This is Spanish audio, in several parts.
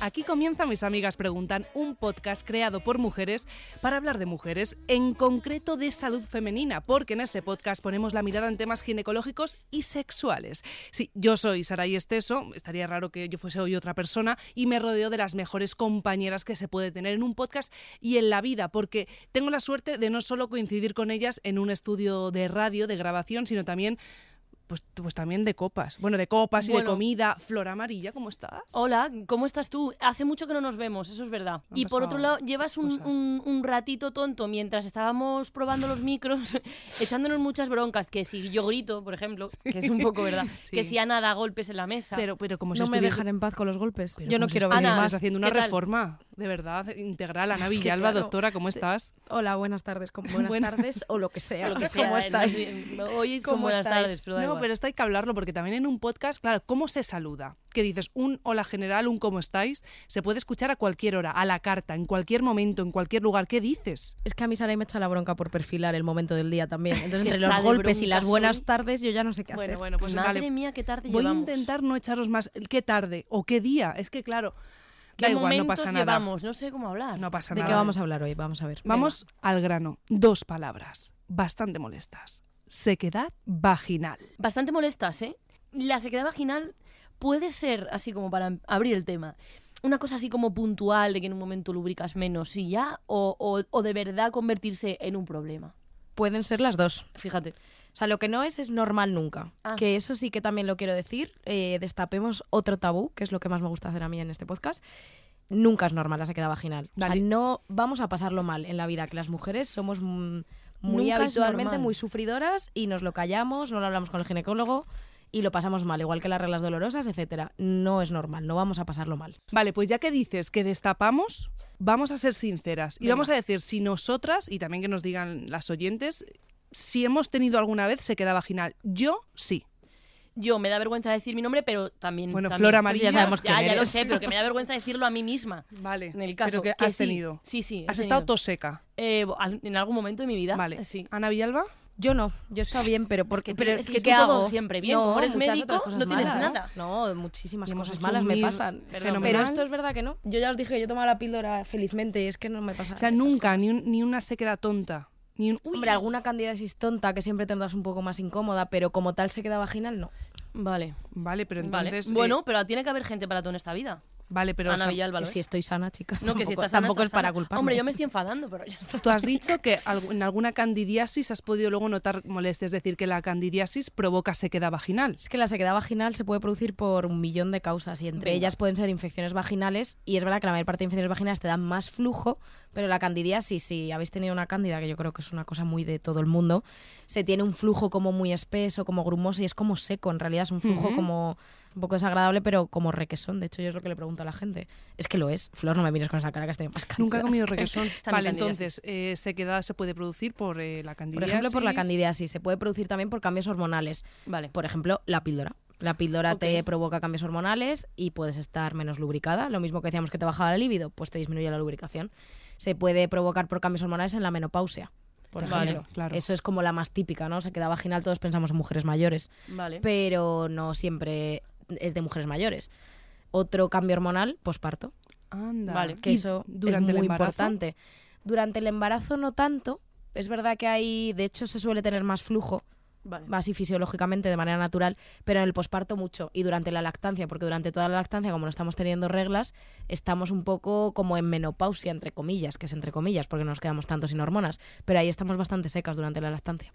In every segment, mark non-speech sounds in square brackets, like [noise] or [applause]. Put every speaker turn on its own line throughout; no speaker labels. Aquí comienza Mis Amigas Preguntan, un podcast creado por mujeres para hablar de mujeres, en concreto de salud femenina, porque en este podcast ponemos la mirada en temas ginecológicos y sexuales. Sí, yo soy Saray Esteso, estaría raro que yo fuese hoy otra persona, y me rodeo de las mejores compañeras que se puede tener en un podcast y en la vida, porque tengo la suerte de no solo coincidir con ellas en un estudio de radio, de grabación, sino también pues, pues también de copas. Bueno, de copas y
Bueno.
de comida. Flor amarilla, ¿cómo estás?
Hola, ¿cómo estás tú? Hace mucho que no nos vemos, eso es verdad.
Han
Y por otro
pasado
lado, llevas un,
cosas.
un- un ratito tonto mientras estábamos probando
[laughs]
los micros, echándonos muchas broncas, que si yo grito,
[laughs]
por ejemplo, que es un poco verdad,
Sí.
que si Ana da golpes en la mesa.
Pero, pero como si
no me
estuviese-
dejan en paz con los golpes.
pero
Yo no
como si
quiero ver
Ana,
estuvieses
más.
haciendo una
¿qué tal?
reforma, de verdad, integral. [laughs] Ana Villalba,
claro,
doctora, ¿cómo
te-
estás?
Hola, buenas tardes. [laughs] como- buenas
Buenas-
tardes o lo que sea.
O lo que sea,
¿Cómo
eh, no
estáis?
sé, Hoy son
¿Cómo
buenas
estáis?
tardes, pero da
no,
igual.
pero esto hay que hablarlo porque también en un podcast, claro, ¿cómo se saluda? Que dices un hola general, un cómo estáis, se puede escuchar a cualquier hora, a la carta, en cualquier momento, en cualquier lugar. ¿Qué dices?
Es que a mí Saray me echa la bronca por perfilar el momento del día [laughs] también. Entonces,
Que
entre
está
los
de
golpes y
bronca
las buenas
hoy.
tardes, yo ya no sé qué hacer.
Bueno, bueno, pues
Madre
vale.
mía, qué tarde
Voy
llevamos.
a intentar no echaros más. ¿Qué tarde o qué día? Es que, claro,
¿Qué
da igual, no
momentos
pasa nada.
llevamos? No sé cómo hablar.
No pasa
¿De
nada.
qué vamos a hablar hoy? Vamos a ver.
Vamos al grano. Dos palabras bastante molestas. Sequedad vaginal.
Bastante molestas, ¿eh? La sequedad vaginal puede ser, así como para em- abrir el tema, una cosa así como puntual de que en un momento lubricas menos y ya, o, o- o de verdad convertirse en un problema.
Pueden ser las dos.
Fíjate.
O sea, lo que no es es normal nunca.
Ah.
Que eso sí que también lo quiero decir. Eh, destapemos otro tabú, que es lo que más me gusta hacer a mí en este podcast. Nunca es normal la sequedad vaginal. O
Vale.
sea, no vamos a pasarlo mal en la vida, que las mujeres somos mm,
Nunca
muy
es
habitualmente
normal.
muy sufridoras y nos lo callamos, no lo hablamos con el ginecólogo y lo pasamos mal, igual que las reglas dolorosas, etcétera. No es normal, no vamos a pasarlo mal.
Vale, pues ya que dices que destapamos, vamos a ser sinceras y
Venga.
vamos a decir si nosotras, y también que nos digan las oyentes, si hemos tenido alguna vez sequedad vaginal. Yo sí.
Yo me da vergüenza decir mi nombre, pero también.
Bueno,
también-
Flor Amarilla,
Pues ya sabemos
Ya,
quién
ya lo
eres.
sé, pero que me da vergüenza decirlo a mí misma.
Vale.
En el caso
Pero que, has
sí.
tenido.
Sí, sí. he
Has
tenido.
estado toseca.
Eh, bo- al- en algún momento de mi vida.
Vale.
Sí.
Ana Villalba.
Ah,
Yo no, yo he estado bien, pero porque
tú-
pero
es que
¿qué-
tú
qué
todo
hago?
siempre bien, como eres
muchas
médico,
otras cosas
no tienes
malas.
nada.
No, muchísimas
Y hemos
cosas
hecho
malas
un
me
mil
pasan.
fenomenal.
Pero esto es verdad que no. Yo ya os dije, yo tomaba la píldora felizmente, es que no me pasa.
O sea, nunca, ni, un- ni una sequedad tonta. Ni un... uh,
Hombre, alguna candidiasis tonta que siempre tendrás un poco más incómoda, pero como tal se queda vaginal, no.
Vale.
Vale, pero
vale.
entonces... eh,
Bueno, pero tiene que haber gente para todo en esta vida.
vale, pero... o
Ana
sea,
Villalba,
Que
¿lo
si
es?
estoy sana, chicas,
No,
tampoco,
que si estás sana,
tampoco
estás
es para
sana.
culparme.
Hombre, yo [laughs] me estoy enfadando, pero ya está.
Tú has dicho que algu- en alguna candidiasis has podido luego notar molestia, es decir, que la candidiasis provoca sequedad vaginal.
Es que la sequedad vaginal se puede producir por un millón de causas y entre
Venga.
ellas pueden ser infecciones vaginales y es verdad que la mayor parte de infecciones vaginales te dan más flujo, pero la candidiasis, si habéis tenido una cándida, que yo creo que es una cosa muy de todo el mundo, se tiene un flujo como muy espeso, como grumoso y es como seco, en realidad es un flujo
Ujú.
como un poco desagradable, pero como requesón, de hecho yo es lo que le pregunto a la gente. Es que lo es, Flor, no me mires con esa cara que has tenido más
Nunca he
cándidas.
comido requesón.
mi
Vale,
candidiasis.
entonces, eh, sequedad se puede producir por eh, la candidiasis.
Por ejemplo, por la candidiasis, se puede producir también por cambios hormonales.
Vale.
por ejemplo, la píldora. La píldora te
Ok.
provoca cambios hormonales y puedes estar menos lubricada. Lo mismo que decíamos que te bajaba la libido, pues te disminuye la lubricación. Se puede provocar por cambios hormonales en la menopausia, por
Vale,
ejemplo.
claro.
Eso es como la más típica, ¿no? Se queda vaginal, todos pensamos en mujeres mayores,
Vale.
pero no siempre es de mujeres mayores. Otro cambio hormonal, posparto,
Anda.
Vale.
que
¿Y
eso
durante
es
el
muy
embarazo?
importante. Durante el embarazo no tanto. Es verdad que hay, de hecho, se suele tener más flujo
Vale.
así fisiológicamente de manera natural, pero en el posparto mucho y durante la lactancia, porque durante toda la lactancia, como no estamos teniendo reglas, estamos un poco como en menopausia, entre comillas, que es entre comillas, porque no nos quedamos tanto sin hormonas, pero ahí estamos bastante secas durante la lactancia.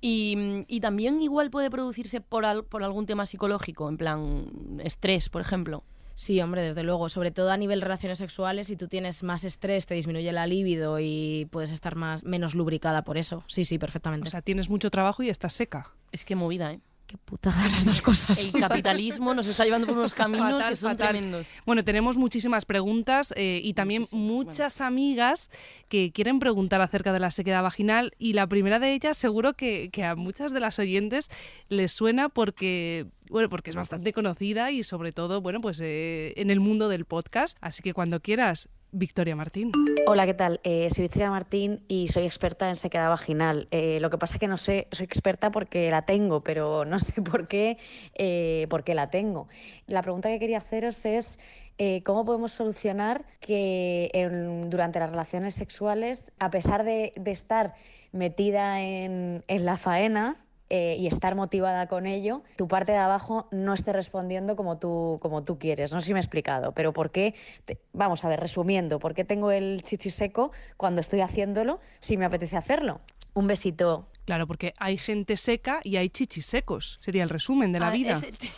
Y, mm, y también igual puede producirse por, al- por algún tema psicológico, en plan estrés, por ejemplo.
Sí, hombre, desde luego, sobre todo a nivel relaciones sexuales, si tú tienes más estrés, te disminuye la libido y puedes estar más menos lubricada por eso. Sí, sí,
O
perfectamente.
sea, tienes mucho trabajo y estás seca.
Es que movida, ¿eh?
qué putada las dos cosas.
[laughs]
El capitalismo nos está llevando por unos caminos
Fatal,
que son
fatal.
tremendos.
Bueno, tenemos muchísimas preguntas eh, y también
Muchísimas,
muchas amigas que quieren preguntar acerca de la sequedad vaginal y la primera de ellas seguro que, que a muchas de las oyentes les suena porque bueno, porque es bastante conocida y sobre todo, bueno, pues eh, en el mundo del podcast. Así que cuando quieras, Victoria Martín.
Hola, ¿qué tal? Eh, soy Victoria Martín y soy experta en sequedad vaginal. Eh, lo que pasa que no sé, soy experta porque la tengo, [laughs] pero no sé por qué, eh, por qué la tengo. La pregunta que quería haceros es eh, cómo podemos solucionar que en- durante las relaciones sexuales, a pesar de, de estar metida en, en la faena eh, y estar motivada con ello, tu parte de abajo no esté respondiendo como tú, como tú quieres. No sé si me he explicado, pero ¿por qué? te- vamos a ver, resumiendo, ¿por qué tengo el chichi seco cuando estoy haciéndolo si me apetece hacerlo? Un besito.
Claro, porque hay gente seca y hay chichis secos. Sería el resumen de la
Ah,
vida.
ese chiste.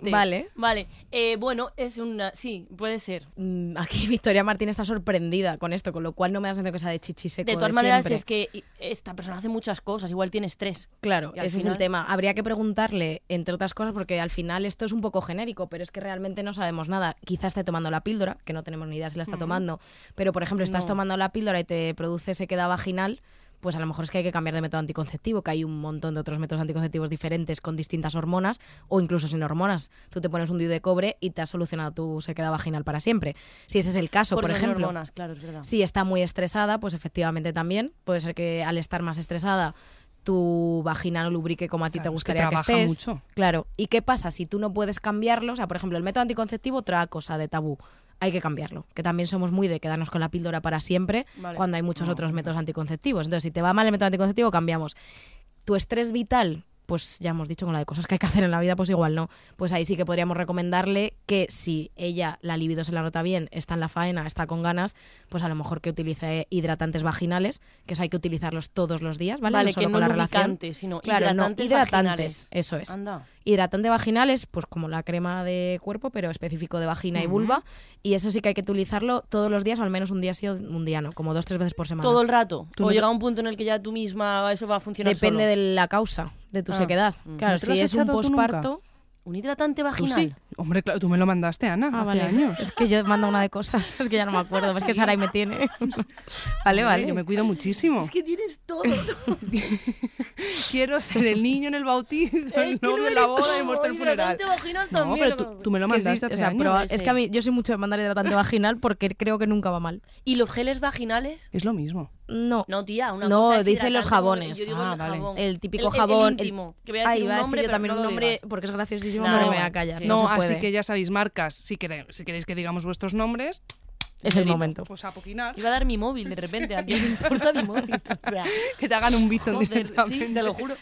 Vale.
Vale. Eh, bueno, es una. Sí, puede ser.
Mm, Aquí [laughs] Victoria Martín está sorprendida con esto, con lo cual no me da sensación que sea de chichi seco.
De todas
de
maneras,
siempre.
es que i- esta persona hace muchas cosas, igual tiene estrés.
Claro,
Y al
ese es
final-
el tema. Habría que preguntarle, entre otras cosas, porque al final esto es un poco genérico, pero es que realmente no sabemos nada. Quizás esté tomando la píldora, que no tenemos ni idea si la está tomando, pero por ejemplo, estás
Mm. No.
tomando la píldora y te produce sequedad vaginal, pues a lo mejor es que hay que cambiar de método anticonceptivo, que hay un montón de otros métodos anticonceptivos diferentes con distintas hormonas o incluso sin hormonas. Tú te pones un DIU de cobre y te has solucionado tu sequedad vaginal para siempre. Si ese es el caso,
Porque
por
no hay
ejemplo.
hormonas, claro, es verdad.
Si está muy estresada, pues efectivamente también. Puede ser que al estar más estresada tu vagina no lubrique como a ti
Claro, es
te
que
gustaría que,
trabaja
estés.
mucho.
Claro. ¿Y qué pasa si tú no puedes cambiarlo? O sea, por ejemplo, el método anticonceptivo, otra cosa de tabú. Hay que cambiarlo. Que también somos muy de quedarnos con la píldora para siempre
Vale.
cuando hay muchos otros métodos anticonceptivos. Entonces, si te va mal el método anticonceptivo, cambiamos. Tu estrés vital, pues ya hemos dicho con la de cosas que hay que hacer en la vida, pues igual no. Pues ahí sí que podríamos recomendarle que si ella, la libido se la nota bien, está en la faena, está con ganas, pues a lo mejor que utilice hidratantes vaginales, que eso hay que utilizarlos todos los días, ¿vale? no
que
solo
no
con la relación.
lubricantes, sino
Claro, no,
hidratantes.
hidratantes,
vaginales.
eso es.
Anda.
Hidratante vaginal es pues como la crema de cuerpo, pero específico de vagina y
Ujú.
vulva. Y eso sí que hay que utilizarlo todos los días, o al menos un día sí o un día no, como dos, tres veces por semana.
Todo el rato.
Tú
o
no te-
llega un punto en el que ya tú misma eso va a funcionar
Depende
solo.
de la causa de tu
Ah,
sequedad.
mm.
Claro,
¿No te lo
si
has
es un
echado tú nunca?
posparto.
¿Un hidratante
tú
vaginal?
sí.
Hombre, claro, tú me lo mandaste, Ana, hace años.
Ah, Es que yo mando una de cosas, es que ya no me acuerdo, es que Saray me tiene. vale,
Hombre,
[laughs] vale.
Yo me cuido muchísimo.
Es que tienes
[laughs]
todo.
Quiero ser el niño en el bautizo, el novio en la boda y el muerto en el funeral.
Hidratante vaginal
No,
también.
pero tú, tú me lo
Que sí,
mandaste hace
o sea,
años.
proba-
ese.
es que a mí yo soy mucho de
[laughs]
mandar hidratante vaginal porque creo que nunca va mal.
¿Y los geles vaginales?
Es lo mismo.
No,
No, tía, una
No,
cosa es
dicen los
hidratante,
jabones.
Yo digo
Ah,
el
vale.
jabón.
el típico
El- el- el
jabón.
íntimo, que voy a decir un
iba
nombre,
yo
pero
también
no
un
lo
nombre
digas.
porque es graciosísimo,
No,
pero me voy a callar.
sí.
No,
No,
se
así
puede.
que ya sabéis, marcas, si queréis, si queréis que digamos vuestros nombres,
es el momento.
pues a
[laughs]
poquinar,
Iba a dar mi móvil de repente, a ti no me importa mi móvil. O
[laughs]
sea,
que te hagan un bizón
joder, sí, te
directamente.
lo juro.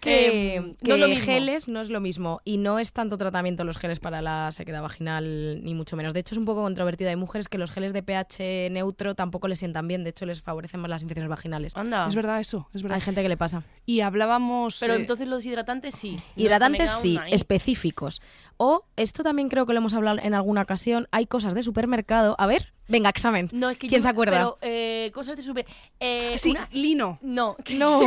que, mm,
Em,
que
no es lo mismo.
geles no es lo mismo y no es tanto tratamiento los geles para la sequedad vaginal ni mucho menos. De hecho es un poco controvertido. Hay mujeres que los geles de pH neutro tampoco les sientan bien, de hecho les favorecen más las infecciones vaginales.
Anda.
Es verdad eso, es verdad.
Hay gente que le pasa.
Y hablábamos...
Pero
eh,
entonces los hidratantes sí.
Hidratantes
Los que me
sí,
cago en ahí.
específicos. O esto también creo que lo hemos hablado en alguna ocasión, hay cosas de supermercado. A ver, venga, examen.
No, es que
¿Quién
yo-
se acuerda?
Pero eh, cosas de super. Eh,
sí,
una-
lino.
[laughs] No,
No.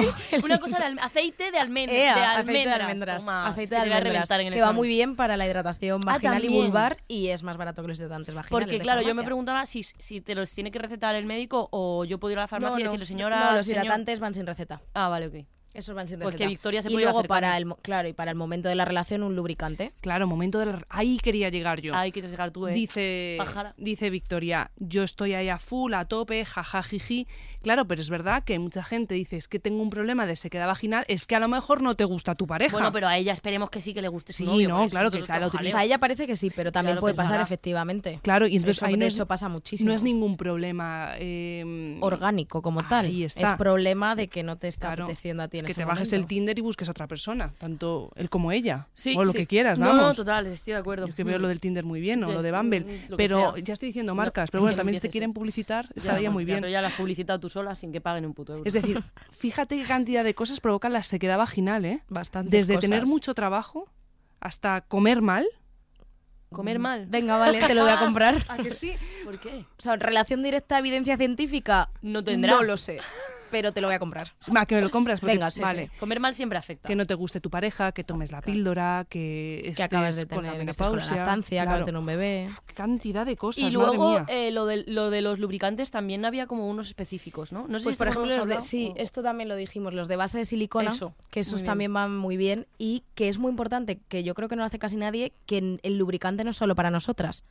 una cosa de alme- aceite de almendras.
[laughs] Ea,
de
aceite de
almendras.
almendras.
toma,
aceite
es que
de
te voy a
almendras,
reventar en el
que va
examen.
muy bien para la hidratación
Ah,
vaginal y
también.
vulvar y es más barato que los hidratantes vaginales.
Porque
de
claro, yo me
farmacia.
preguntaba si, si te los tiene que recetar el médico o yo puedo ir a la farmacia
No,
y
no,
decirle, señora.
no, los
señor-
hidratantes van sin receta.
Ah, vale, ok.
Esos van sin
Pues
receta.
que Victoria se
y
puede ir
luego
acercando.
para el mo- claro, y para el momento de la relación un lubricante.
Claro, momento de la... Ahí quería llegar yo.
Ahí quieres llegar tú, eh.
Dice,
Pájara.
dice Victoria, yo estoy ahí a full, a tope, jajajiji. Claro, pero es verdad que mucha gente dice, es que tengo un problema de sequedad vaginal, es que a lo mejor no te gusta tu pareja.
Bueno, pero a ella esperemos que sí que le guste su
Sí,
novio,
no,
porque
claro,
eso
que
es
sea,
otro
la utiliza-
O
jaleo.
sea, ella parece que sí, pero también
lo
puede pasar
pensará.
efectivamente.
Claro, y entonces
Eso,
ahí
de
no
hecho, pasa muchísimo.
No es ningún problema. eh,
orgánico como tal.
Ahí
Es
está.
problema de que no te está
claro,
apeteciendo a ti
es
en
que
ese
te bajes el
momento.
Tinder y busques a otra persona, tanto él como ella.
Sí,
o lo
sí.
que quieras,
no,
vamos.
No, total, estoy de acuerdo.
Yo que veo lo del Tinder muy bien o
Ya,
lo de Bumble.
mm, lo que
pero
sea.
ya estoy diciendo
No,
marcas.
ya
pero bueno,
no
también si te
empieces,
quieren
eh.
publicitar,
Ya,
estaría muy
ya,
bien.
Pero ya la has publicitado tú sola sin que paguen un puto euro.
Es decir,
[laughs]
fíjate qué cantidad de cosas provoca la sequedad vaginal, ¿eh?
Bastantes
Desde
cosas.
tener mucho trabajo hasta comer mal.
Comer mal.
Venga, vale, te lo
[laughs]
voy a comprar.
¿A que sí?
¿Por qué?
[laughs] O sea, relación directa a evidencia científica
No tendrá.
No lo sé, pero te lo voy a comprar.
¿A que me lo compras? Porque,
Venga, sí,
Vale.
sí.
Comer mal siempre afecta.
Que no te guste tu pareja, que tomes la píldora, que,
Que acabas de
estés con la
tener que estés con la
menopausia,
lactancia, acabas de
claro.
tener un bebé.
Uf, qué cantidad de cosas,
y
madre
luego
mía.
eh, lo, de, lo de los lubricantes también había como unos específicos, ¿no? No sé
Pues
si
por
esto lo
ejemplo,
hemos
los de,
hablado
sí,
o-
esto también lo dijimos, los de base de silicona,
Eso,
que
muy
esos
bien.
también van muy bien y que es muy importante, que yo creo que no lo hace casi nadie, que en- el lubricante no es solo para nosotras,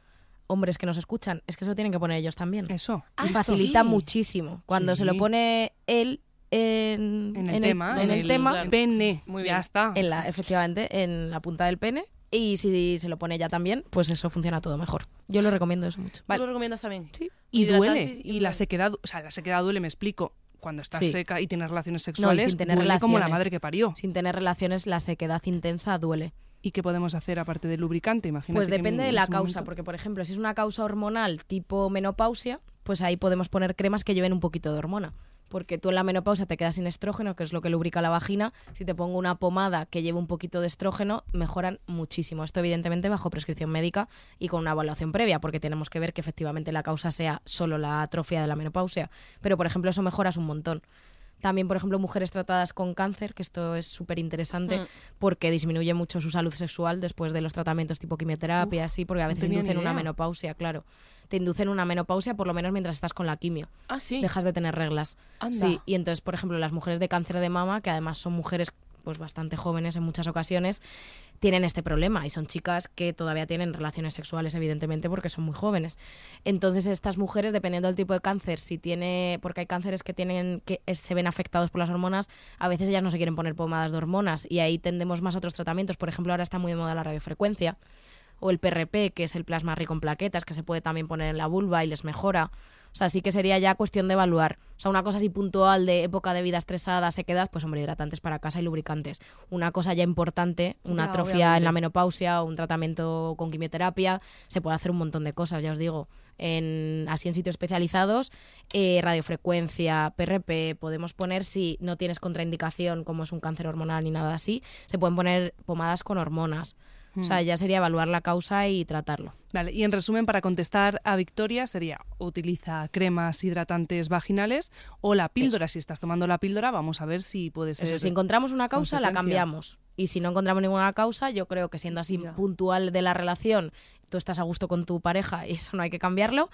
hombres que nos escuchan, es que eso tienen que poner ellos también.
Eso.
Ah,
y
sí.
facilita muchísimo. Cuando se lo
Sí.
pone él en,
En el tema.
en el tema,
claro.
Pene.
Muy
Ya
bien.
está.
en la, efectivamente, en la punta del pene. Y si se lo pone ella también, pues eso funciona todo mejor. Yo lo recomiendo eso mucho.
¿Tú lo recomiendas también? Sí.
Y duele.
Hidratantes y
Y la
duele.
sequedad, o sea, la sequedad duele, me explico. Cuando estás
Sí.
seca y tienes relaciones sexuales,
tener
duele como la
relaciones.
madre que parió.
Sin tener relaciones, la sequedad intensa duele.
¿Y qué podemos hacer aparte del lubricante? Imagínate
Pues
que en
depende de
ese
la
momento-
causa, porque por ejemplo, si es una causa hormonal tipo menopausia, pues ahí podemos poner cremas que lleven un poquito de hormona. Porque tú en la menopausia te quedas sin estrógeno, que es lo que lubrica la vagina. Si te pongo una pomada que lleve un poquito de estrógeno, mejoran muchísimo. Esto evidentemente bajo prescripción médica y con una evaluación previa, porque tenemos que ver que efectivamente la causa sea solo la atrofia de la menopausia. Pero por ejemplo, eso mejoras un montón. También, por ejemplo, mujeres tratadas con cáncer, que esto es súper interesante
Mm.
porque disminuye mucho su salud sexual después de los tratamientos tipo quimioterapia, así, porque a
no
veces
tenía ni
inducen una
idea.
menopausia, claro. Te inducen una menopausia por lo menos mientras estás con la quimio.
Ah, sí.
Dejas de tener reglas.
Anda.
Sí, y entonces, por ejemplo, las mujeres de cáncer de mama, que además son mujeres pues bastante jóvenes en muchas ocasiones, tienen este problema y son chicas que todavía tienen relaciones sexuales, evidentemente, porque son muy jóvenes. Entonces, estas mujeres, dependiendo del tipo de cáncer, si tiene, porque hay cánceres que tienen que es- se ven afectados por las hormonas, a veces ellas no se quieren poner pomadas de hormonas y ahí tendemos más a otros tratamientos. Por ejemplo, ahora está muy de moda la radiofrecuencia o el PRP, que es el plasma rico en plaquetas, que se puede también poner en la vulva y les mejora. O sea, sí que sería ya cuestión de evaluar. O sea, una cosa así puntual de época de vida estresada, sequedad, pues hombre, hidratantes para casa y lubricantes. Una cosa ya importante, una
Ya,
atrofia en
obviamente.
la menopausia, un tratamiento con quimioterapia, se puede hacer un montón de cosas, ya os digo. En, así en sitios especializados, eh, radiofrecuencia, PRP, podemos poner si no tienes contraindicación, como es un cáncer hormonal ni nada así, se pueden poner pomadas con hormonas. O
Mm.
sea, ya sería evaluar la causa y tratarlo.
Vale, y en resumen, para contestar a Victoria sería utiliza cremas hidratantes vaginales o la píldora. Si estás tomando la píldora, vamos a ver si puede ser.
Eso, si encontramos una causa, la
consecuencia.
cambiamos. Y si no encontramos ninguna causa, yo creo que siendo así
Ya.
puntual de la relación, tú estás a gusto con tu pareja y eso no hay que cambiarlo.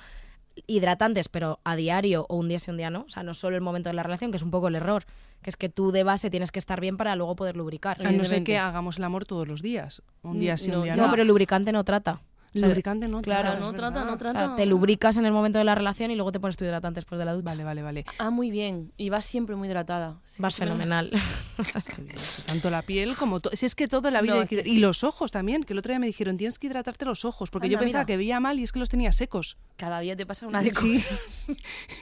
Hidratantes, pero a diario o un día sí, un día no. O sea, no solo el momento de la relación, que es un poco el error, que es que tú de base tienes que estar bien para luego poder
a
lubricar.
no ser
evidentemente.
que hagamos el amor todos los días. Un
Mm,
día sí, un
no,
día no.
No, pero el lubricante no trata. O sea,
lubricante no.
claro,
es
no trata,
verdad.
no trata.
o sea, te lubricas en el momento de la relación y luego te pones tu hidratante después de la ducha.
Vale, vale, vale.
Ah, muy bien. Y vas siempre muy hidratada. Sí,
Vas
es verdad.
fenomenal. [laughs]
Qué bien. Pues Tanto la piel como todo. Si es que toda la vida.
No,
hay
es
que
que
hidra- Y
sí.
los ojos también, que el otro día me dijeron tienes que hidratarte los ojos, porque yo
Anda,
pensaba
mira.
que veía mal y es que los tenía secos. [laughs]
Cada día te pasa una
Sí.
de cosas.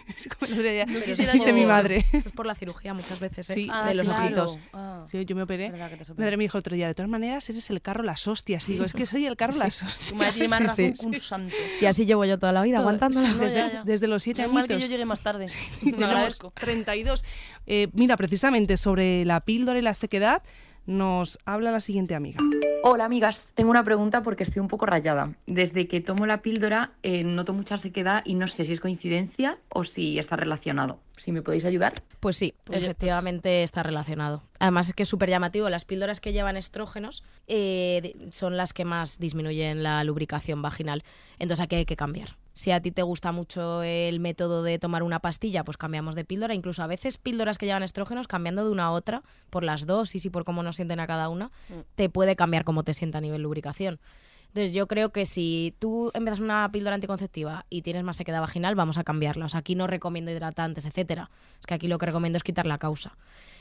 Es como el otro día.
[laughs]
No quisiera
Dice mi
yo-
madre.
es por la cirugía muchas veces, ¿eh?
Sí,
Ah,
de los
claro.
ojitos. ¿eh?
Ah,
Sí, yo me operé.
verdad que te
Madre
sorprende.
me dijo el otro día, de todas maneras, eres el carro las hostias. Y digo, es que soy el [laughs] carro las hostias.
Tu
[laughs]
madre tiene más
Sí, sí,
razón que
sí.
un santo.
Y así llevo yo toda la vida aguantándola.
No,
Desde,
ya, ya.
desde los siete
Es mal que yo
[laughs] añitos.
llegué más tarde. [laughs] Lo
Tenemos
agradezco.
32. Eh, mira, precisamente sobre la píldora y la sequedad, nos habla la siguiente amiga.
Hola amigas, tengo una pregunta porque estoy un poco rayada. Desde que tomo la píldora eh, noto mucha sequedad y no sé si es coincidencia o si está relacionado. Si me podéis ayudar.
Pues sí,
Oye,
efectivamente está relacionado. Además es que es súper llamativo. Las píldoras que llevan estrógenos eh, de- son las que más disminuyen la lubricación vaginal. Entonces aquí hay que cambiar. Si a ti te gusta mucho el método de tomar una pastilla, pues cambiamos de píldora. Incluso a veces píldoras que llevan estrógenos, cambiando de una a otra, por las dosis y por cómo nos sienten a cada una, te puede cambiar cómo te sienta a nivel lubricación. Entonces yo creo que si tú empiezas una píldora anticonceptiva y tienes más sequedad vaginal, vamos a cambiarla. O sea, aquí no recomiendo hidratantes, etcétera. Es que aquí lo que recomiendo es quitar la causa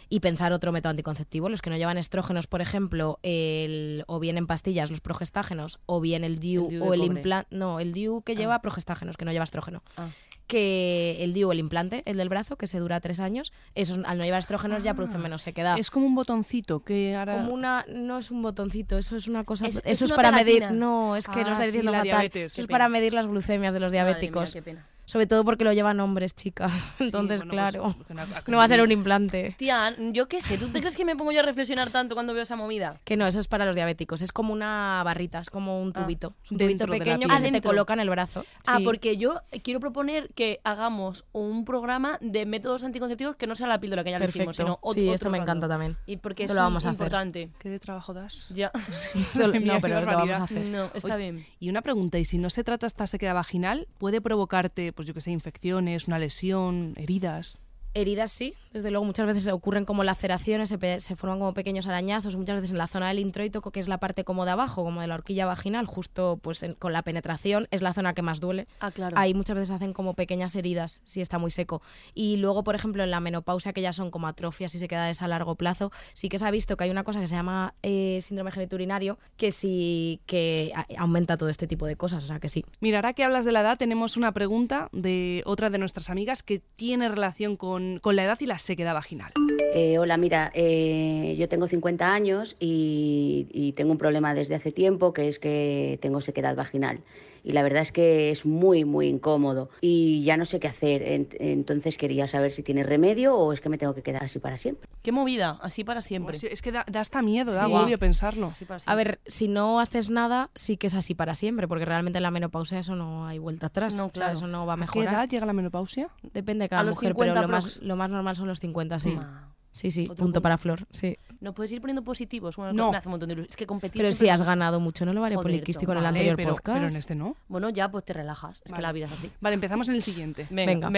y pensar otro método anticonceptivo. Los que no llevan estrógenos, por ejemplo, el, o bien en pastillas los progestágenos, o bien el
El
DIU,
DIU de
o el
cobre.
implante. No, el DIU que lleva progestágenos, que no lleva estrógeno.
Ah.
Que el DIU, el implante, el del brazo, que se dura tres años, esos al no llevar estrógenos ya producen menos sequedad.
Es como un botoncito que ahora...
Como una, no es un botoncito, eso es una cosa.
Es-
eso
es
es,
una
para
pegatina.
medir. No, es que
Ah,
lo está
sí,
diciendo
la
fatal.
diabetes.
Eso
Qué
es
pena.
para medir las glucemias de los diabéticos.
Madre mía, qué pena.
Sobre todo porque lo llevan hombres, chicas. [laughs]
Sí,
Entonces,
bueno, pues,
claro,
porque no-
no va a ser un implante.
Tía, yo qué sé, ¿tú te crees que me pongo yo a reflexionar tanto cuando veo esa movida?
Que no, eso es para los diabéticos. Es como una barrita, es como un tubito. Es un
Dentro de
tubito
la
pequeño
piel.
que se te
Adentro.
coloca en el brazo.
Ah,
Sí.
porque yo quiero proponer que hagamos un programa de métodos anticonceptivos que no sea la píldora que ya
Perfecto.
lo hicimos, sino ot-
sí,
otro
esto me
rato.
encanta también.
Y porque
Esto
es
lo vamos a hacer.
importante.
¿Qué de trabajo das? [laughs]
[laughs]
Ya.
Esto-
Madre mía,
no,
qué
pero lo vamos
[laughs]
barbaridad.
a hacer.
No, está
Oye,
bien.
Y una pregunta, y si no se trata esta sequedad vaginal, ¿puede provocarte, pues yo que sé, infecciones, una lesión, heridas?
Heridas sí, desde luego muchas veces ocurren como laceraciones, se, pe- se forman como pequeños arañazos, muchas veces en la zona del introitoco, que es la parte como de abajo, como de la horquilla vaginal, justo pues en- con la penetración, es la zona que más duele.
Ah, claro.
Ahí muchas veces hacen como pequeñas heridas si está muy seco. Y luego, por ejemplo, en la menopausia, que ya son como atrofias y se queda a largo plazo, sí que se ha visto que hay una cosa que se llama eh, síndrome geniturinario, que sí que a- aumenta todo este tipo de cosas. O sea que sí.
Mira, ahora que hablas de la edad, tenemos una pregunta de otra de nuestras amigas que tiene relación con, con la edad y la sequedad vaginal.
Eh, hola, mira, eh, yo tengo 50 años y, y tengo un problema desde hace tiempo, que es que tengo sequedad vaginal. Y la verdad es que es muy, muy incómodo y ya no sé qué hacer. Ent- Entonces quería saber si tiene remedio o es que me tengo que quedar así para siempre.
Qué movida, así para siempre.
Pues sí, Es que da, da hasta miedo, da
Sí.
agobio pensarlo.
Así para siempre.
A ver, si no haces nada, sí que es así para siempre, porque realmente en la menopausia eso no hay vuelta atrás.
No,
O sea,
claro.
eso no va a
¿A qué
mejorar.
edad llega la menopausia?
Depende de cada
A los
mujer,
50
pero lo más,
aprox.
lo más normal son los 50, sí.
Ma.
Sí, sí,
Otro
punto,
punto.
para Flor, sí.
¿Nos puedes ir poniendo positivos? Bueno,
No.
me hace un montón de ilusión. Es que competir
Pero
siempre
sí has
me gusta.
ganado mucho en el ovario
Joder,
poliquístico en el
vale,
anterior
pero,
podcast.
pero en este no.
Bueno, ya pues te relajas. Es
Vale.
que la vida es así.
Vale, empezamos en el siguiente.
Venga.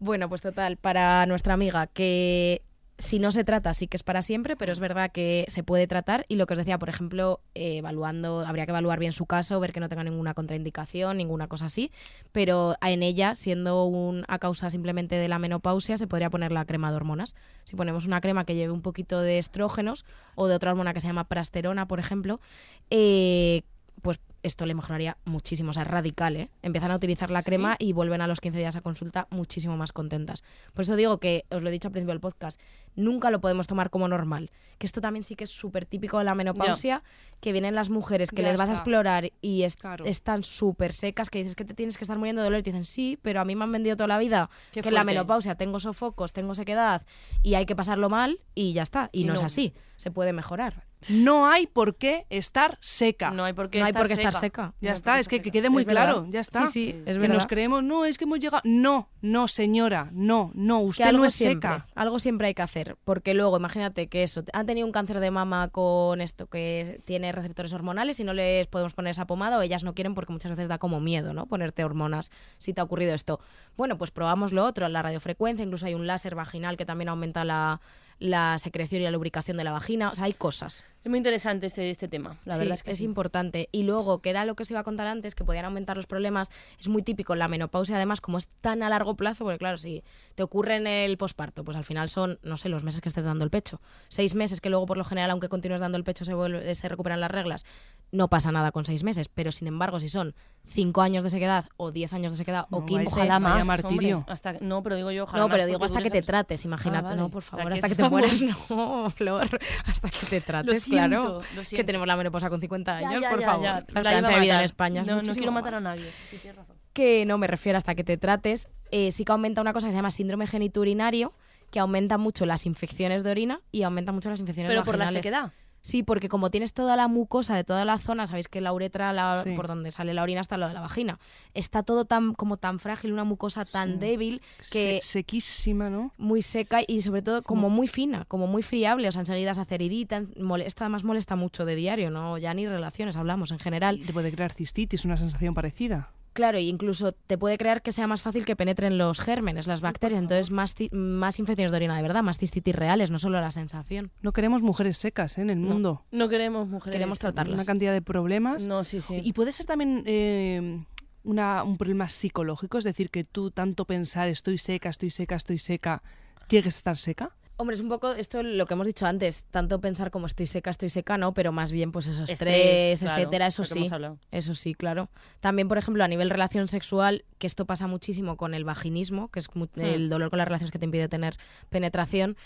Bueno, pues total, para nuestra amiga que si no se trata sí que es para siempre, pero es verdad que se puede tratar y lo que os decía, por ejemplo, eh, evaluando, habría que evaluar bien su caso, ver que no tenga ninguna contraindicación, ninguna cosa así, pero en ella, siendo un, a causa simplemente de la menopausia, se podría poner la crema de hormonas. Si ponemos una crema que lleve un poquito de estrógenos o de otra hormona que se llama prasterona, por ejemplo, eh, pues esto le mejoraría muchísimo, o sea, es radical, ¿eh? Empiezan a utilizar la crema y vuelven a los 15 días a consulta muchísimo más contentas. Por eso digo que, os lo he dicho al principio del podcast, nunca lo podemos tomar como normal. Que esto también sí que es súper típico de la menopausia, que vienen las mujeres que
Ya
les vas a
está.
explorar y es-
Claro.
están súper secas, que dices que te tienes que estar muriendo de dolor y te dicen, sí, pero a mí me han vendido toda la vida que en la menopausia tengo sofocos, tengo sequedad y hay que pasarlo mal y ya está. Y,
Y
no, es
no.
así, se puede mejorar.
No hay por qué estar seca.
No hay por qué
no hay
estar
por qué estar seca.
ya
no,
está,
porque
es que,
está
que
seca.
quede muy
Es verdad.
claro. Ya está.
Sí, sí, es
que
verdad.
nos creemos, no, es que hemos llegado. No, no, señora, no, no,
Es que
usted no es seca.
siempre, algo siempre hay que hacer, porque luego imagínate que eso, han tenido un cáncer de mama con esto que tiene receptores hormonales y no les podemos poner esa pomada o ellas no quieren porque muchas veces da como miedo, ¿no? Ponerte hormonas si te ha ocurrido esto. Bueno, pues probamos lo otro, la radiofrecuencia, incluso hay un láser vaginal que también aumenta la, la secreción y la lubricación de la vagina, o sea, hay cosas.
Es muy interesante este, este tema. La
Sí,
verdad es que sí.
importante. Y luego, que era lo que os iba a contar antes, que podían aumentar los problemas, es muy típico en la menopausia, además, como es tan a largo plazo, porque claro, si te ocurre en el posparto, pues al final son, no sé, los meses que estés dando el pecho. Seis meses que luego, por lo general, aunque continúes dando el pecho, se, vuelve- eh, se recuperan las reglas. No pasa nada con seis meses, pero sin embargo, si son cinco años de sequedad o diez años de sequedad
No,
o quince...
vaya- Ojalá más,
Vaya
martirio.
Hasta, no, pero digo yo, ojalá
No, pero
más,
digo
porque
hasta
tú
que
ya
te
sabes-
trates, imagínate.
Ah, vale.
No, por
O sea,
favor,
que [laughs]
hasta que te
estamos-
mueras. No, [laughs] Flor, hasta que te trates, claro.
siento, lo
Que
siento.
tenemos la menopausa con 50
Ya,
años,
ya,
por
ya,
favor.
ya.
La
La iba a
esperanza de vida en
matar.
España es
No, no
muchísimo
quiero matar
más.
a nadie. Sí, tienes razón.
Que no, me refiero hasta que te trates. Eh, sí que aumenta una cosa que se llama síndrome geniturinario, que aumenta mucho las infecciones de orina y aumenta mucho las infecciones
Pero por la
vaginales.
sequedad.
Sí, porque como tienes toda la mucosa de toda la zona, sabéis que la uretra, la-
Sí.
por donde sale la orina, está lo de la vagina. Está todo tan como tan frágil, una mucosa tan
Sí.
débil que
Se- sequísima, ¿no?
muy seca y sobre todo como muy fina, como muy friable, o sea, enseguida se hace heridita, molesta, además molesta mucho de diario, no ya ni relaciones, hablamos en general.
Te puede crear cistitis, una sensación parecida.
Claro, e incluso te puede crear que sea más fácil que penetren los gérmenes, las bacterias, entonces más, ci- más infecciones de orina de verdad, más cistitis reales, no solo la sensación.
No queremos mujeres secas ¿eh? en el mundo.
No queremos mujeres.
Queremos
Una
tratarlas.
cantidad de problemas.
No, sí, sí.
Y puede ser también eh, una- un problema psicológico, es decir, que tú tanto pensar estoy seca, estoy seca, estoy seca, ¿quieres estar seca?
Hombre, es un poco esto lo que hemos dicho antes, tanto pensar como estoy seca, estoy seca, no, pero más bien pues esos estrés,
claro,
etcétera, eso
lo que hemos
sí.
hablado.
Eso sí, claro. También, por ejemplo, a nivel relación sexual, que esto pasa muchísimo con el vaginismo, que es mu-
Hmm.
el dolor con las relaciones que te impide tener penetración,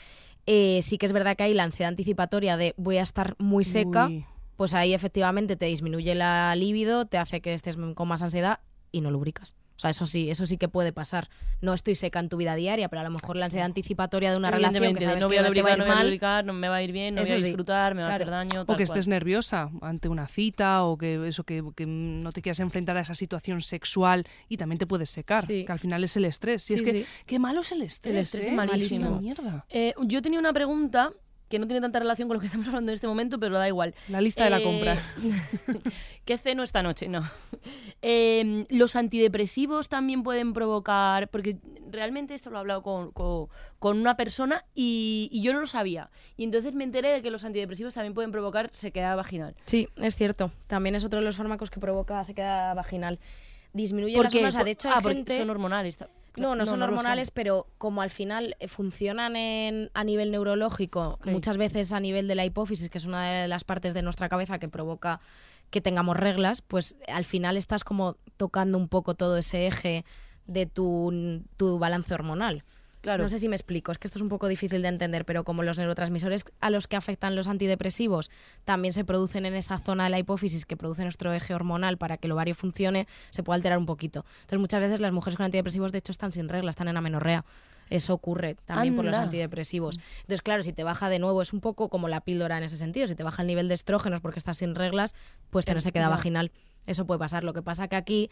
eh, sí que es verdad que hay la ansiedad anticipatoria de voy a estar muy seca,
Uy,
pues ahí efectivamente te disminuye la libido, te hace que estés m- con más ansiedad y no lubricas. O sea, eso sí, eso sí que puede pasar. No estoy seca en tu vida diaria, pero a lo mejor la ansiedad anticipatoria de una relación que
Evidentemente,
sabes
no voy
que
a
no te va
lubricar,
a ir
no voy a
mal,
lubricar, no me va a ir bien, no
Eso
voy a
sí.
disfrutar, me va a
Claro.
hacer daño.
o
tal
que
cual.
estés nerviosa ante una cita o que eso que, que no te quieras enfrentar a esa situación sexual y también te puedes secar,
Sí.
que al final es el estrés. Y
Sí,
es que
sí.
qué malo es el estrés,
El estrés
¿eh?
es malísimo.
Malísima mierda.
Eh, yo tenía una pregunta que no tiene tanta relación con lo que [laughs] estamos hablando en este momento, pero da igual.
La lista de la
Eh,
compra.
[laughs] ¿Qué ceno esta noche? No. Eh, los antidepresivos también pueden provocar, porque realmente esto lo he hablado con, con- con una persona y, y yo no lo sabía. Y entonces me enteré de que los antidepresivos también pueden provocar sequedad vaginal.
Sí, es cierto. También es otro de los fármacos que provoca sequedad vaginal. Disminuye
Porque,
las hormonas. O sea, de hecho, hay
ah, porque
gente...
son hormonales. ta-
No, no, son
lo
hormonales, pero como al final eh, funcionan en- a nivel neurológico,
Ok.
muchas veces a nivel de la hipófisis, que es una de las partes de nuestra cabeza que provoca que tengamos reglas, pues al final estás como tocando un poco todo ese eje de tu, tu balance hormonal.
Claro.
No sé si me explico, es que esto es un poco difícil de entender, pero como los neurotransmisores a los que afectan los antidepresivos también se producen en esa zona de la hipófisis que produce nuestro eje hormonal para que el ovario funcione, se puede alterar un poquito. Entonces muchas veces las mujeres con antidepresivos de hecho están sin regla, están en amenorrea. Eso ocurre también por los
Anda.
antidepresivos. Entonces, claro, si te baja de nuevo, es un poco como la píldora en ese sentido. Si te baja el nivel de estrógenos porque estás sin reglas, pues
Em,
tienes sequedad
ya.
vaginal. Eso puede pasar. Lo que pasa que aquí,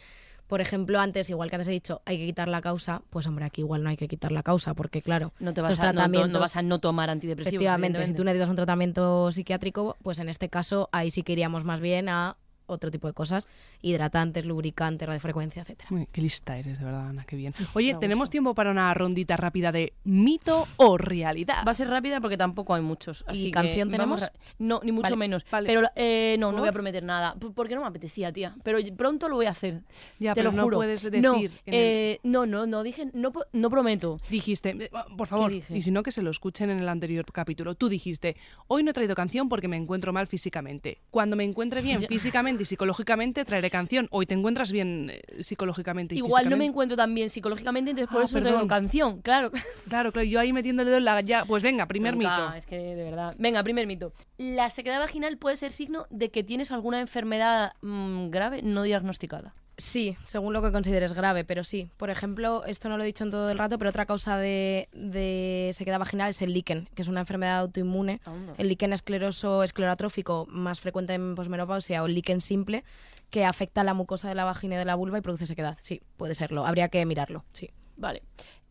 por ejemplo, antes, igual que antes he dicho, hay que quitar la causa, pues hombre, aquí igual no hay que quitar la causa, porque claro,
No te vas
estos
a, no- no,
tratamientos.
no vas a no tomar antidepresivos.
efectivamente, si tú
evidentemente.
necesitas un tratamiento psiquiátrico, pues en este caso ahí sí que iríamos más bien a otro tipo de cosas, hidratantes, lubricantes, radiofrecuencia, etcétera.
Uy, qué lista eres, de verdad, Ana, qué bien. Oye,
da
tenemos
gusto.
tiempo para una rondita rápida de mito o realidad.
Va a ser rápida porque tampoco hay muchos. Así que
canción
vamos
tenemos?
ra- No, ni mucho
Vale,
menos.
vale.
Pero eh, no, no voy a
¿Por?
prometer nada. p- Porque no me apetecía, tía. Pero y- pronto lo voy a hacer.
Ya,
te
pero
lo
no
juro.
puedes decir.
No,
en el-
eh, no, no, no dije, no, po- no prometo.
Dijiste, eh, por favor,
dije?
y si no que se lo escuchen en el anterior capítulo. Tú dijiste, hoy no he traído canción porque me encuentro mal físicamente. Cuando me encuentre bien
[laughs] Ya.
físicamente y psicológicamente traeré canción. Hoy te encuentras bien eh, psicológicamente y
Igual no me
físicamente.
encuentro tan bien psicológicamente, entonces por
Ah,
eso no tengo
perdón.
canción, claro.
Claro, claro, yo ahí metiendo el dedo en la ya, pues venga, primer
Tronca,
mito.
Es que de verdad. Venga, primer mito. La sequedad vaginal puede ser signo de que tienes alguna enfermedad mm, grave no diagnosticada.
Sí, según lo que consideres grave, pero sí. Por ejemplo, esto no lo he dicho en todo el rato, pero otra causa de, de sequedad vaginal es el líquen, que es una enfermedad autoinmune. El líquen escleroso esclerotrófico, más frecuente en posmenopausia, o el líquen simple, que afecta a la mucosa de la vagina y de la vulva y produce sequedad. Sí, puede serlo. Habría que mirarlo, sí.
Vale.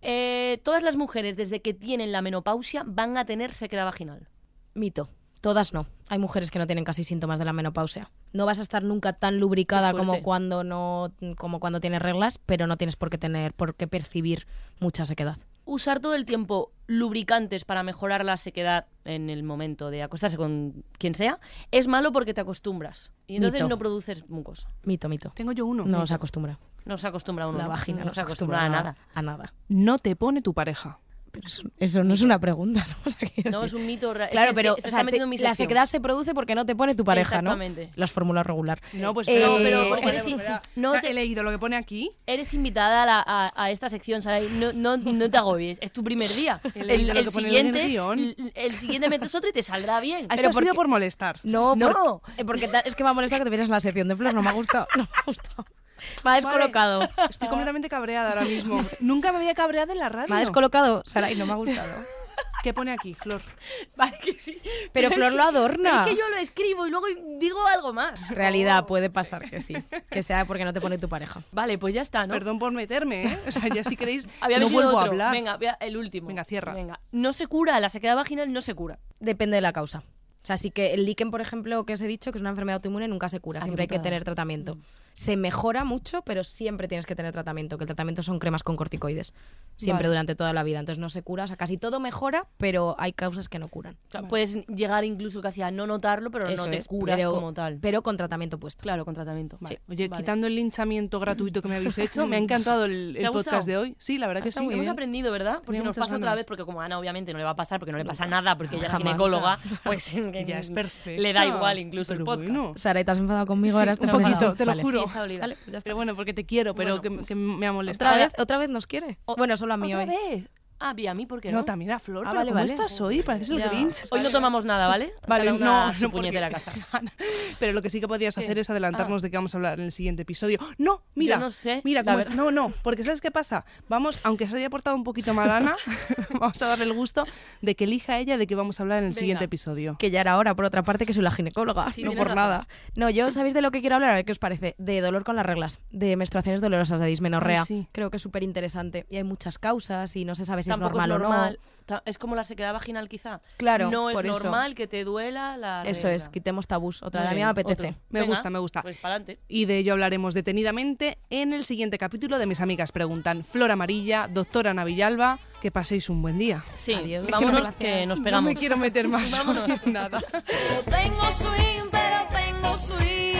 Eh, todas las mujeres desde que tienen la menopausia van a tener sequedad vaginal.
Mito. Todas no. Hay mujeres que no tienen casi síntomas de la menopausia. No vas a estar nunca tan lubricada
Qué
como
fuerte.
cuando no, como cuando tienes reglas, pero no tienes por qué tener, por qué percibir mucha sequedad.
Usar todo el tiempo lubricantes para mejorar la sequedad en el momento de acostarse con quien sea es malo porque te acostumbras. Y entonces
Mito.
no produces mucosa.
Mito, mito.
Tengo yo uno.
No se acostumbra.
No se acostumbra uno.
La
¿no?
vagina
no, se acostumbra a nada.
A nada.
No te pone tu pareja.
Pero eso, eso no es una pregunta. ¿no? [laughs] O sea, quiero
No, es
decir-
un mito. ra- es
Claro,
que
pero
se- se
o
está
sea, te-
metiendo en mi
la
sección.
sequedad se produce porque no te pone tu pareja, ¿no?
Exactamente.
Las fórmulas regular.
No, pues
Eh,
espera,
no,
espera,
pero
espera,
eres
espera,
in-
espera.
no
O sea,
te-
he leído lo que pone aquí.
Eres invitada a, la- a- a esta sección, Saray. No, no, no te agobies. Es tu primer día.
He leído lo que pone en el
siguiente,
guión.
el, el siguiente metes otro y te saldrá bien.
Esto
Pero
ha sido
porque-
por molestar.
No,
No.
por- eh, porque ta- es que me ha molestado que te vieras la sección de flores. No me ha gustado. No me ha
[laughs]
gustado. Me ha descolocado.
Estoy completamente cabreada ahora mismo.
[laughs]
Nunca me había cabreado en la radio.
Me ha descolocado, Saray. No me ha gustado.
[laughs] ¿Qué pone aquí, Flor?
Vale, que sí.
Pero
es
Flor
que-
lo adorna.
pero Es que yo lo escribo y luego digo algo más.
Realidad, puede pasar que sí. Que sea porque no te pone tu pareja.
Vale, pues ya está, ¿no?
Perdón por meterme, ¿eh? O sea, ya si queréis,
Había
no
metido
vuelvo a
otro.
hablar.
Venga, vea, el último.
Venga, cierra.
Venga. No se cura, la sequedad vaginal no se cura.
Depende de la causa. O sea, sí que el líquen, por ejemplo, que os he dicho, que es una enfermedad autoinmune, nunca se
Ah,
cura,
qué Mm.
siempre hay que
putada.
tener tratamiento. Se mejora mucho, pero siempre tienes que tener tratamiento, que el tratamiento son cremas con corticoides, siempre
Vale.
durante toda la vida. Entonces no se cura, o sea, casi todo mejora, pero hay causas que no curan.
Claro, Puedes llegar incluso casi a no notarlo, pero
Eso
no te
es,
curas
pero-
como tal.
Pero con tratamiento puesto.
Claro, con tratamiento.
Vale.
Sí.
Oye,
Vale.
quitando el linchamiento gratuito que me habéis hecho, me ha encantado el,
¿Te
el
ha
podcast
gustado?
de hoy. Sí, la verdad que
Está
sí. ¿eh?
muy
Hemos
bien.
aprendido, ¿verdad? Por
Tenía
si nos
muchas
pasa otra
ganas.
vez, porque como a Ana obviamente no le va a pasar, porque no le pasa nada, porque ella es
Jamás.
ginecóloga, pues que
Ya es perfecto.
le da igual incluso el
Pero
podcast.
bueno.
Sara, ¿te has enfadado conmigo?
Sí,
Ahora
un
estás
poquito,
enfadado.
te lo
Vale.
juro.
Sí, está obligada.
Vale, pues ya está.
Pero bueno, porque te quiero, pero
Bueno,
que,
pues-
que me ha molestado.
¿Otra, vez, ¿Otra vez nos quiere?
O-
bueno, solo a mí hoy.
vez? Ah, vi a mí, ¿por qué no?
No, también a Flor,
Ah,
pero
vale,
¿cómo
vale.
estás hoy? Pareces el
Ya.
Grinch.
Hoy no tomamos nada, ¿vale?
Vale,
Cada
no,
una a su
no, porque-
puñetera
[laughs]
casa. Ah.
Pero lo que sí que podías hacer es adelantarnos de qué vamos a hablar en el siguiente episodio. No, mira,
Yo no sé,
mira,
la
cómo es-
verdad.
no, no, porque sabes qué pasa. Vamos, aunque se haya portado un poquito mal Ana, [laughs] vamos a darle el gusto de que elija ella de qué vamos a hablar en el
Venga.
siguiente episodio.
Que ya era hora, por otra parte, que soy la ginecóloga,
Sí,
no
tienes
por
razón.
nada. No, yo, ¿sabéis de lo que quiero hablar? A ver qué os parece. De dolor con las reglas, de menstruaciones dolorosas, de dismenorrea.
Ay, sí.
Creo que es súper interesante. Y hay muchas causas y no se sabe si
Tampoco
es normal,
normal.
o no.
Ta- Es como la sequedad vaginal, quizá.
Claro,
no es
por eso.
normal que te duela la.
Eso
regla.
es, quitemos tabús. Otra
Muy
vez, a mí
bien,
me apetece.
otro.
Me
Venga,
gusta, me gusta.
Pues para adelante.
Y de ello hablaremos detenidamente en el siguiente capítulo de Mis Amigas Preguntan. Flor Amarilla, doctora Ana Villalba, que paséis un buen día.
Sí,
Adiós.
vámonos
Gracias.
que nos
No
pegamos. [laughs]
me quiero meter más.
Vámonos.
Nada.
No tengo swing, pero tengo swing.